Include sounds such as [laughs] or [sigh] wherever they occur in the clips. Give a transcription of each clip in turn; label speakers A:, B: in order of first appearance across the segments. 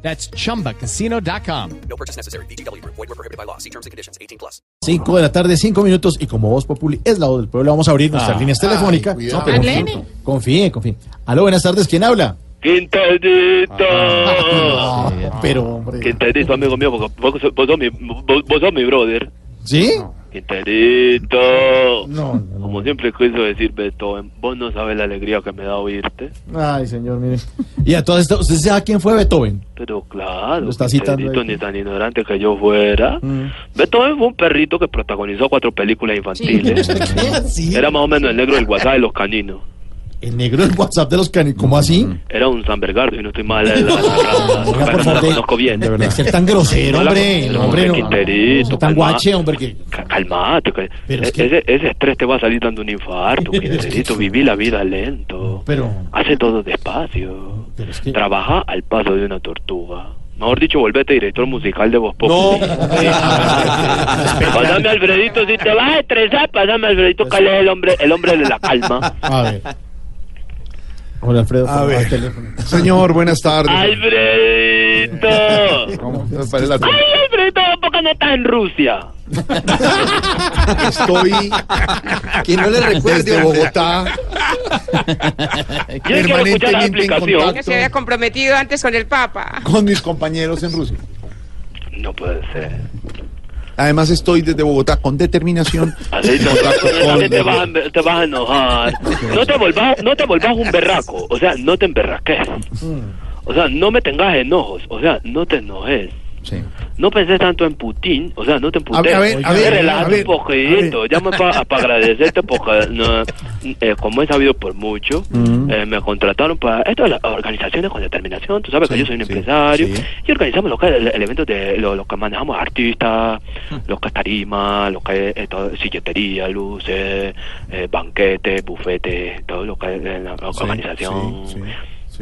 A: That's chumbacasino.com.
B: No purchase necessary. BGW. Void were prohibited by law. See terms and conditions. 18 plus.
C: 5 de la tarde, 5 minutos, y como Voz Populi es la voz del pueblo, vamos a abrir
D: Ah,
C: nuestras líneas telefónicas. No, pero confíe,
E: Arlene.
C: confíe, confíe. Aló, buenas tardes, ¿quién habla?
D: Oh. [laughs] Quintanito.
C: Ah, pero, hombre.
D: Quintanito, amigo mío, vos, vos, sos- vos sos mi, vos, vos sos mi brother.
C: ¿Sí?
D: Quintanito.
C: No, no,
D: Como siempre quiso decir Beethoven, vos no sabes la alegría que me da oírte.
C: no. Ay, señor, mire. Y a todas estas, ¿usted sabe quién fue Beethoven?
D: Pero claro,
C: Lo está citando
D: Quintanito,
C: ahí.
D: ni tan ignorante que yo fuera.
C: Mm.
D: Beethoven fue un perrito que protagonizó cuatro películas infantiles.
C: [laughs] ¿Qué así?
D: Era más o menos el negro del WhatsApp de los caninos.
C: Ah, El negro del WhatsApp de los canes, ¿cómo así?
D: Era un San Bergardo, si no
C: [laughs]
D: estoy mal. La, la, la,
C: Oiga,
D: la- la-
C: por
D: no la
C: favor, de-
D: conozco bien.
C: de ser tan grosero,
D: No la
C: hombre.
D: conozco,
C: hombre, no,
D: Quinterito,
C: no, tan
D: calma.
C: guache, hombre, que...
D: Ca- Calmate, que-
C: Pero es
D: e-
C: que-
D: Ese, ese estrés te va a salir dando un infarto,
C: Pero [laughs] es que-
D: Quinterito. Viví la vida lento.
C: Pero,
D: Hace todo despacio.
C: Pero es que-
D: Trabaja al paso de una tortuga. Mejor dicho, volvete director musical de Voz Populi. [laughs] Pasame a Alfredito, si te vas a estresar, pasame a Alfredito, que él es el hombre, el hombre de la calma.
C: a ver. Hola, Alfredo.
F: A
C: por favor,
F: ver.
C: al teléfono.
F: Señor, buenas tardes.
D: ¡Alfredito! ¡Ay,
F: ¿Cómo? Me paré la-
D: Alfredito, ¿por qué no estás en Rusia?
F: Estoy
G: Que no le recuerde
F: desde Bogotá.
D: Yo quiero escuchar la
F: Permanentemente en
D: explicación.
E: que se había comprometido antes con el Papa.
F: Con mis compañeros en Rusia.
D: No puede ser.
F: Además, estoy desde Bogotá con determinación.
D: Así no, [laughs] solamente te, vas a, te vas a enojar. No te, volvas, no te volvas un berraco. O sea, no te emberraques. O sea, no me tengas enojos. O sea, no te enojes.
F: Sí.
D: No pensés tanto en Putin. O sea, no te emputes.
F: A ver, a ver, a
D: Te
F: ver,
D: relajas
F: a ver,
D: un poquito.
F: a ver.
D: Llama para agradecerte porque, no, eh, como he sabido por mucho,
F: Mm.
D: eh, me contrataron para... Esto de las organizaciones con determinación. Tú sabes que
F: Sí,
D: yo soy un
F: sí,
D: empresario.
F: sí.
D: Y organizamos los que, el- el evento de lo- los que manejamos artistas, los que es tarima, los que es eh, todo, silletería, luces, eh, banquetes, bufetes, todo lo que es eh, la
F: Sí,
D: organización.
F: sí, sí, sí.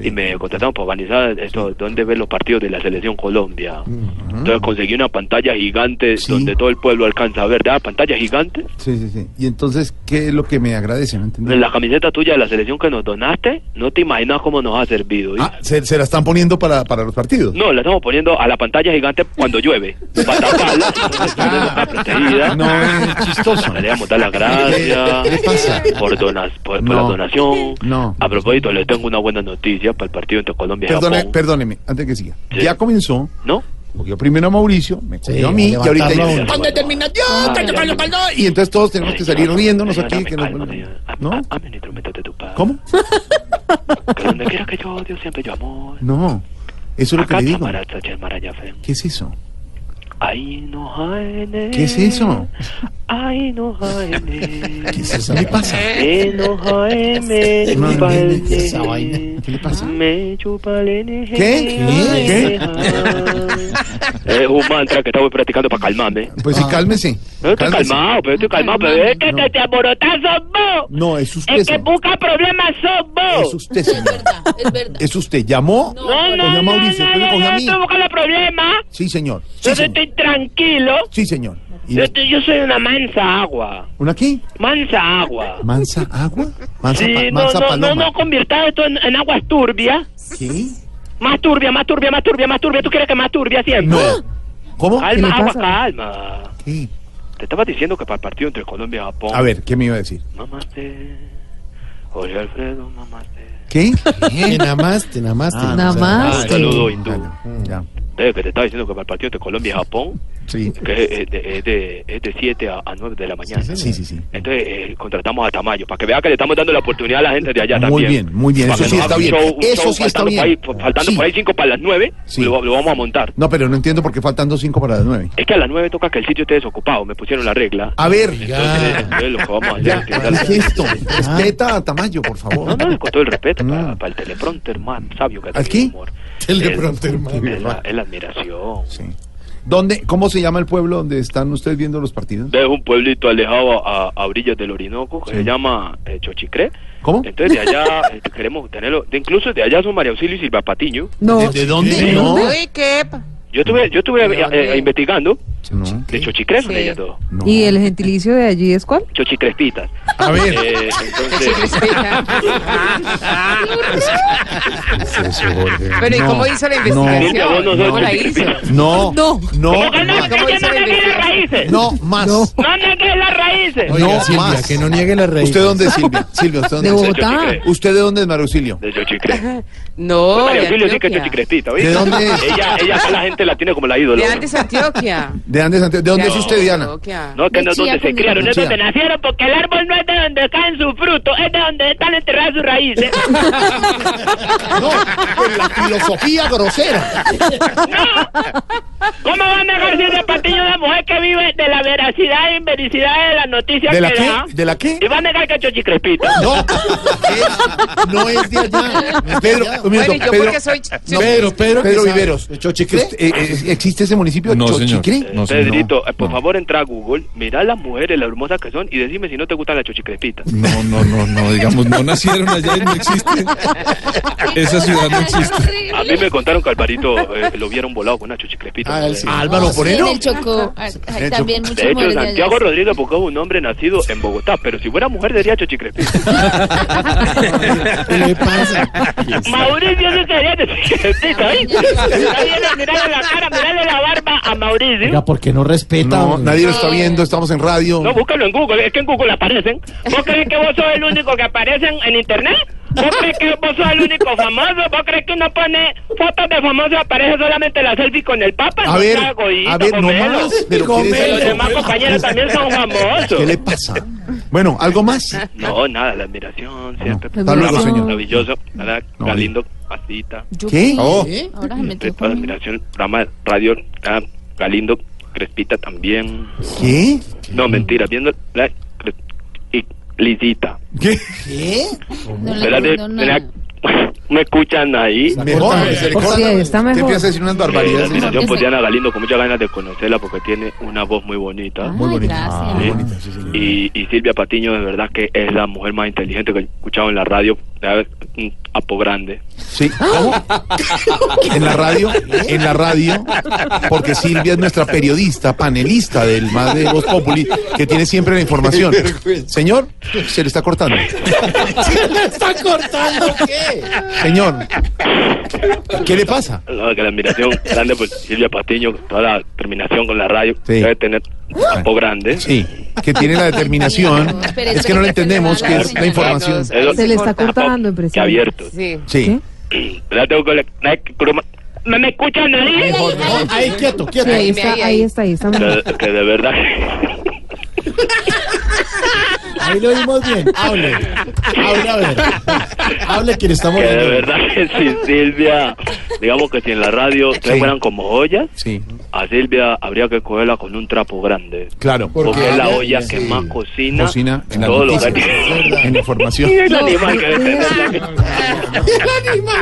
D: Y me contrataron para organizar esto, donde ver los partidos de la selección Colombia. Entonces conseguí una pantalla gigante
F: Sí.
D: donde todo el pueblo alcanza a ver, ¿verdad? Pantalla gigante.
F: Sí, sí, sí. Y entonces, ¿qué es lo que me agradece? No entendí.
D: La camiseta tuya de la selección que nos donaste, no te imaginas cómo nos ha servido. ¿sí?
F: Ah, ¿se, se la están poniendo para, para los partidos.
D: No, la estamos poniendo a la pantalla gigante cuando llueve.
F: [laughs]
D: Para taparla. Está protegida.
F: No, es chistoso.
D: Le vamos a dar las
F: ¿Qué le
D: gracias
F: pasa?
D: por, donas, por, por
F: No.
D: la donación.
F: No.
D: A propósito, le tengo una buena noticia para el partido entre Colombia y
F: Perdone-
D: Japón.
F: perdóneme, antes que siga.
D: Sí.
F: Ya comenzó.
D: ¿No?
F: Cogió primero a Mauricio, me cogió
C: Sí,
F: a mí y
C: a
F: ahorita
C: levantarlo a
F: ya-
C: uno.
F: ¡Con determinación!
D: Ay,
F: ¡Caldo, caldo,
D: ay,
F: caldo! Y entonces todos tenemos que salir riéndonos aquí.
D: Perdóname,
F: que nos-
D: cálmate. A-
F: ¿No?
D: a- Amén, instrumento de tu paz.
F: ¿Cómo?
D: Que donde quiera que yo, Dios siempre yo amor.
F: No, eso es lo que
D: Acá
F: le digo.
D: Tamara, Sánchez, Maraya, Fe.
F: ¿Qué es eso?
D: Ay, no, ay, ne.
F: ¿Qué es eso?
D: Ay, no, ay, ne.
F: ¿Qué, es eso? ¿Qué le pasa? No,
D: Enojaeme,
F: no, no, no,
D: chupalene.
F: esa vaina. ¿Qué le pasa?
D: Me chupalene.
F: ¿Qué? ¿Qué?
D: Es un mantra que estaba practicando para calmarme.
F: Pues sí, cálmese.
D: Pero estoy
F: Cálmese.
D: calmado, pero estoy calmado, pero es que,
F: No.
D: que te aborotás sos vos.
F: No, es usted.
D: Es que
F: señor.
D: busca problemas sos
F: Es
D: vos.
F: usted, señor.
H: Es verdad.
F: Es usted. ¿Llamó?
D: No, no,
F: Cogió a
D: no, no,
F: Mauricio,
D: no,
F: tú me
D: no,
F: cogió a
D: no,
F: mí.
D: estoy buscando problemas.
F: Sí, señor. Sí,
D: Yo
F: señor.
D: estoy tranquilo.
F: Sí, señor. ¿Y
D: Yo estoy- yo soy una mansa agua.
F: ¿Una aquí?
D: Mansa agua.
F: ¿Mansa agua? ¿Mansa,
D: Sí,
F: pa-
D: no,
F: mansa
D: no, no,
F: paloma?
D: no conviertas esto en, en aguas turbias.
F: ¿Qué?
D: Más turbia, más turbia, más turbia, más turbia. ¿Tú quieres que más turbia siempre?
F: No. ¿Cómo? ¿Qué le
D: Calma, agua,
F: pasa?
D: calma.
F: ¿Qué?
D: Te estaba diciendo que para el partido entre Colombia y Japón.
F: A ver, ¿qué me iba a decir?
D: Mamaste. Oye, Alfredo, mamaste.
F: ¿Qué?
C: Te namaste, namaste.
F: Ah,
D: Ah,
C: namaste.
D: saludo hindú.
F: Ya.
D: Eh, que te estaba diciendo que para el partido entre Colombia y Japón,
F: Sí.
D: que es- es de- es de, es de 7 a, a 9 de la mañana.
F: Sí, sí, sí.
D: Entonces eh, contratamos a Tamayo para que vea que le estamos dando la oportunidad a la gente de allá
F: Muy
D: también.
F: bien, muy bien,
D: Para
F: eso
D: que
F: sí
D: nos
F: está
D: haga un
F: bien,
D: show- un
F: eso
D: show
F: sí está
D: faltando por
F: bien.
D: ahí- faltando
F: Sí.
D: por ahí 5 para las 9,
F: Sí.
D: lo, lo vamos a montar.
F: No, pero no entiendo por qué faltando cinco para las nueve.
D: Es que a las 9 toca que el sitio esté desocupado, me pusieron la regla.
F: A ver,
D: Entonces, entonces lo que vamos a hacer es que-
F: ¿qué es esto? Respeta a Tamayo, por
D: Ah. No,
F: favor.
D: no, con todo el respeto para,
F: Mm.
D: para el teleprompter más sabio que ha
F: ¿Al
D: tenido
F: qué?
D: humor.
C: Teleprompter,
D: Es-
C: man.
D: Es la, es la admiración.
F: Sí. ¿Dónde, ¿Cómo se llama el pueblo donde están ustedes viendo los partidos?
D: Es un pueblito alejado a, a orillas del Orinoco que se llama eh, Chochicré.
F: ¿Cómo?
D: Entonces de
E: [laughs]
D: allá eh, queremos tenerlo. de- incluso de allá son María Auxilio y Silva Patiño.
C: No.
H: ¿De- de dónde?
C: ¿De
H: No.
C: dónde?
E: Uy, qué.
D: Yo estuve, yo estuve eh,
G: dónde?
D: eh, investigando.
F: No,
D: De Chochicré son
E: Sí.
D: ellas dos.
F: no.
I: ¿Y el gentilicio de allí es
E: [laughs]
I: cuál?
D: Chochicrespitas.
C: A ver.
D: Eh, entonces,
F: ¿Qué es eso, Jorge?
E: Pero ¿y
F: No,
E: cómo hizo la
D: Silvia, vos
E: investigación?
D: no sos
E: ¿Cómo la hizo?
D: chochicrespitas.
F: No, no,
I: No.
F: no,
E: Oh, ¿Cómo hizo la investigación?
F: no más.
C: No.
D: ¡No niegues las raíces!
C: Oiga,
F: No
C: Silvia,
F: más.
C: que no niegue la raíz.
F: ¿Usted dónde es Silvia? Silvia, ¿usted
I: De
F: dónde es?
I: Bogotá.
D: Chochicré.
F: ¿Usted de dónde es Mario Auxilio?
D: De Chochicré.
E: No,
D: María
E: de
D: Auxilio sí que es
E: Antioquia.
D: chochicrespita,
F: ¿De
D: ¿viste?
F: dónde es?
D: Ella, ella a la gente la tiene como la ídola.
E: De antes Antioquia.
F: ¿De dónde es, Santiago? ¿De dónde es usted, Diana?
D: No, que no es
I: Chía,
D: donde se
I: Cundinamarca.
D: criaron, no es
F: Chía.
D: donde nacieron, porque el árbol no es de donde caen sus frutos, es de donde están enterradas sus raíces.
C: No, con la filosofía grosera.
D: ¿Cómo van a dejar sin repartillo de mujer que vive de la veracidad e invericidad de las noticias
F: ¿De la
D: que da?
F: qué? ¿De la qué?
C: Eh,
D: Y van a negar que Chochi Crespita.
C: No. es- [laughs] No es de allá. No es de
F: Pedro,
C: allá.
F: un minuto,
E: Bueno, ¿y yo
F: Pedro,
E: porque soy...
F: no,
C: Pedro, Pedro,
F: Pedro
C: ¿qué sabe?
F: Viveros.
C: ¿De Chochicré?
F: Este, eh, eh, ¿Existe ese municipio?
H: No, señor.
F: ¿Chochicré?
H: No, sí,
D: Pedrito,
H: no,
D: eh, por
H: no.
D: favor entra a Google, mira las mujeres, las hermosas que son, y decime si no te gustan las Chochi Crespitas.
H: No, no, no, no, digamos, no nacieron allá y no existen. Esa ciudad no existe.
D: A mí me contaron que Alvarito eh, lo vieron volado con una Chochi Crespita.
C: Ah, él sí.
F: Álvaro Moreno.
J: Chocó. Ah,
F: De
J: Hay también muchos
D: De hecho,
J: modelos de
D: Santiago
J: allá.
D: Rodríguez Bocó es un hombre nacido en Bogotá, pero si fuera mujer sería Chochi Crespita.
C: ¿Qué le pasa?
D: Mauricio se sería de
F: [laughs]
D: chiquitito, ¿eh? Está viendo, mirarle la cara, mirarle la barba a Mauricio.
C: Oiga, ¿por qué no respeta?
F: No,
C: hombre?
F: nadie lo está viendo, estamos en radio.
D: No, búscalo en Google, es que en Google aparecen. ¿Vos crees que vos sos el único que aparece en- en internet? ¿Vos crees que vos sos el único famoso? ¿Vos crees que uno pone fotos de famosos aparece solamente la selfie con el Papa?
F: A ver,
D: sea egoísta,
F: a ver, no
D: Gomelo.
F: más. Pero ¿qué
D: Que Los
F: le-
D: demás compañeros también son famosos.
F: ¿Qué le pasa? Bueno, ¿algo más?
D: No, nada, la admiración siempre.
F: Hasta luego, señor.
D: Maravilloso, nada,
F: No,
D: Galindo, pasita.
J: Yo
F: ¿Qué?
J: fui.
F: Oh.
J: Ahora se metió
D: Respeto,
J: con...
D: admiración, programa de radio, ah, Galindo, Crespita también.
F: ¿Qué?
D: No, mentira, viendo la Cres- y Lisita.
F: ¿Qué?
J: No le
D: ¿Verdad? [laughs]
J: entiendo
D: ¿Verdad?
J: nada.
D: ¿Me escuchan ahí?
F: Mejor,
C: Corta,
I: Sí,
F: misericordia.
I: está
F: Te
I: mejor.
F: empiezas a decir unas
D: Eh,
F: barbaridades.
D: admiración
J: Yo
D: por
J: sé.
D: Diana Galindo, con muchas ganas de conocerla porque tiene una voz muy
F: Ah.
D: bonita.
J: Ay, gracias.
D: ¿sí? y, y Silvia Patiño, de verdad que es la mujer más inteligente que he escuchado en la radio. ¿sabes? Un Apo grande.
F: Sí.
G: [laughs]
F: ¿Cómo? En la radio, en la radio, porque Silvia es nuestra periodista, panelista del más de Voz Populi, que tiene siempre la información. Señor, se le está cortando.
C: ¿Está cortando
F: [laughs]
C: qué?
F: Señor, ¿qué le pasa?
D: No, que la
F: [laughs]
D: admiración grande por Silvia Patiño, toda la terminación con la radio.
F: Sí.
D: Debe tener un Apo grande.
F: Sí, que tiene la determinación.
J: Pero
F: Es
J: eso
F: que no
J: es
F: le
J: que se le va
F: entendemos,
J: la
F: que es la
J: señal.
F: información.
D: Eso-
I: Se le está cortando,
D: Que
I: empresario.
D: abierto.
E: Sí.
F: Sí.
D: ¿Verdad? Tengo que le- la- croma- ¿No me escucha nadie?
C: Ahí, quieto,
I: Sí, ahí
C: quieto.
I: está,
E: ahí, ahí.
I: ahí está, ahí está. mejor.
D: Que, que de verdad. [laughs]
C: Ahí lo oímos bien. Hable. Hable, a
F: [laughs]
C: ver. Hable que le estamos
D: Que de
C: viendo.
D: verdad que si Silvia. Digamos que si en la radio ustedes
F: Sí.
D: fueran como ollas,
F: Sí,
D: a Silvia habría que cogerla con un trapo grande.
F: claro.
D: Porque es la
C: habla-
D: olla que
F: sí.
D: más cocina.
F: Cocina en las
D: todo lo que
F: noticias, en información.
D: [laughs] Y el animal que debe tener.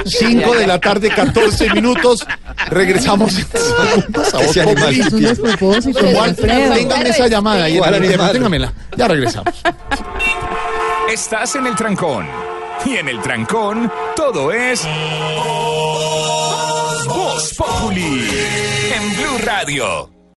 F: Cinco de la tarde, 14 minutos. Regresamos
G: [laughs]
F: en segundos a Voz
G: Ese animal.
F: Populi.
I: Es un despropósito,
J: Pero
F: Juan,
I: Alfredo.
F: téngame esa llamada. y-
G: Igual animal.
F: Téngamela. Ya regresamos.
K: Estás en el trancón. Y en el trancón, todo es. Voz Populi. En Blue Radio.